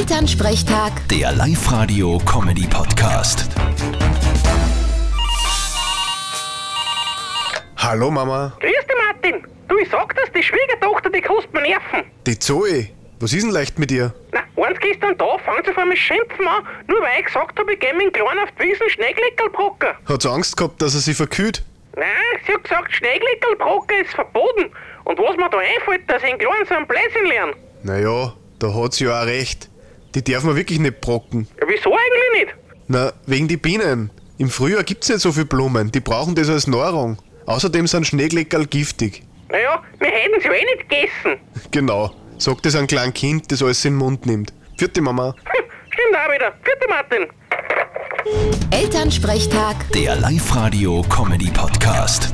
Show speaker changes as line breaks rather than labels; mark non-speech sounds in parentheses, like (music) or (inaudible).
Elternsprechtag,
Der Live-Radio-Comedy-Podcast.
Hallo Mama,
Grüß dich, Martin. Du, ich sag das, die Schwiegertochter, die kostet mir Nerven.
die Zoe, was ist denn leicht mit dir?
Na, eins gestern da, fangen sie auf einmal schimpfen an, nur weil ich gesagt habe, ich geh mit dem Kleinen auf die Wiesen Schneegleckerl brocken.
Hat sie Angst gehabt, dass er sie verkühlt?
Nein, sie hat gesagt, Schneegleckerl brocken ist verboten. Und was mir da einfällt, dass ich den Kleinen so einen Blödsinn lerne.
Naja, da hat sie ja auch recht. Die darf man wirklich nicht brocken.
Ja, wieso eigentlich nicht?
Na, wegen die Bienen. Im Frühjahr gibt's nicht so viel Blumen, die brauchen das als Nahrung. Außerdem sind Schneegleckerl giftig. (laughs)
Naja, wir hätten sie ja eh nicht gegessen.
Genau, sagt es ein kleines Kind, das alles in den Mund nimmt. Vierte Mama.
Hm, stimmt auch wieder. Vierte Martin.
Elternsprechtag.
Der Live-Radio-Comedy-Podcast.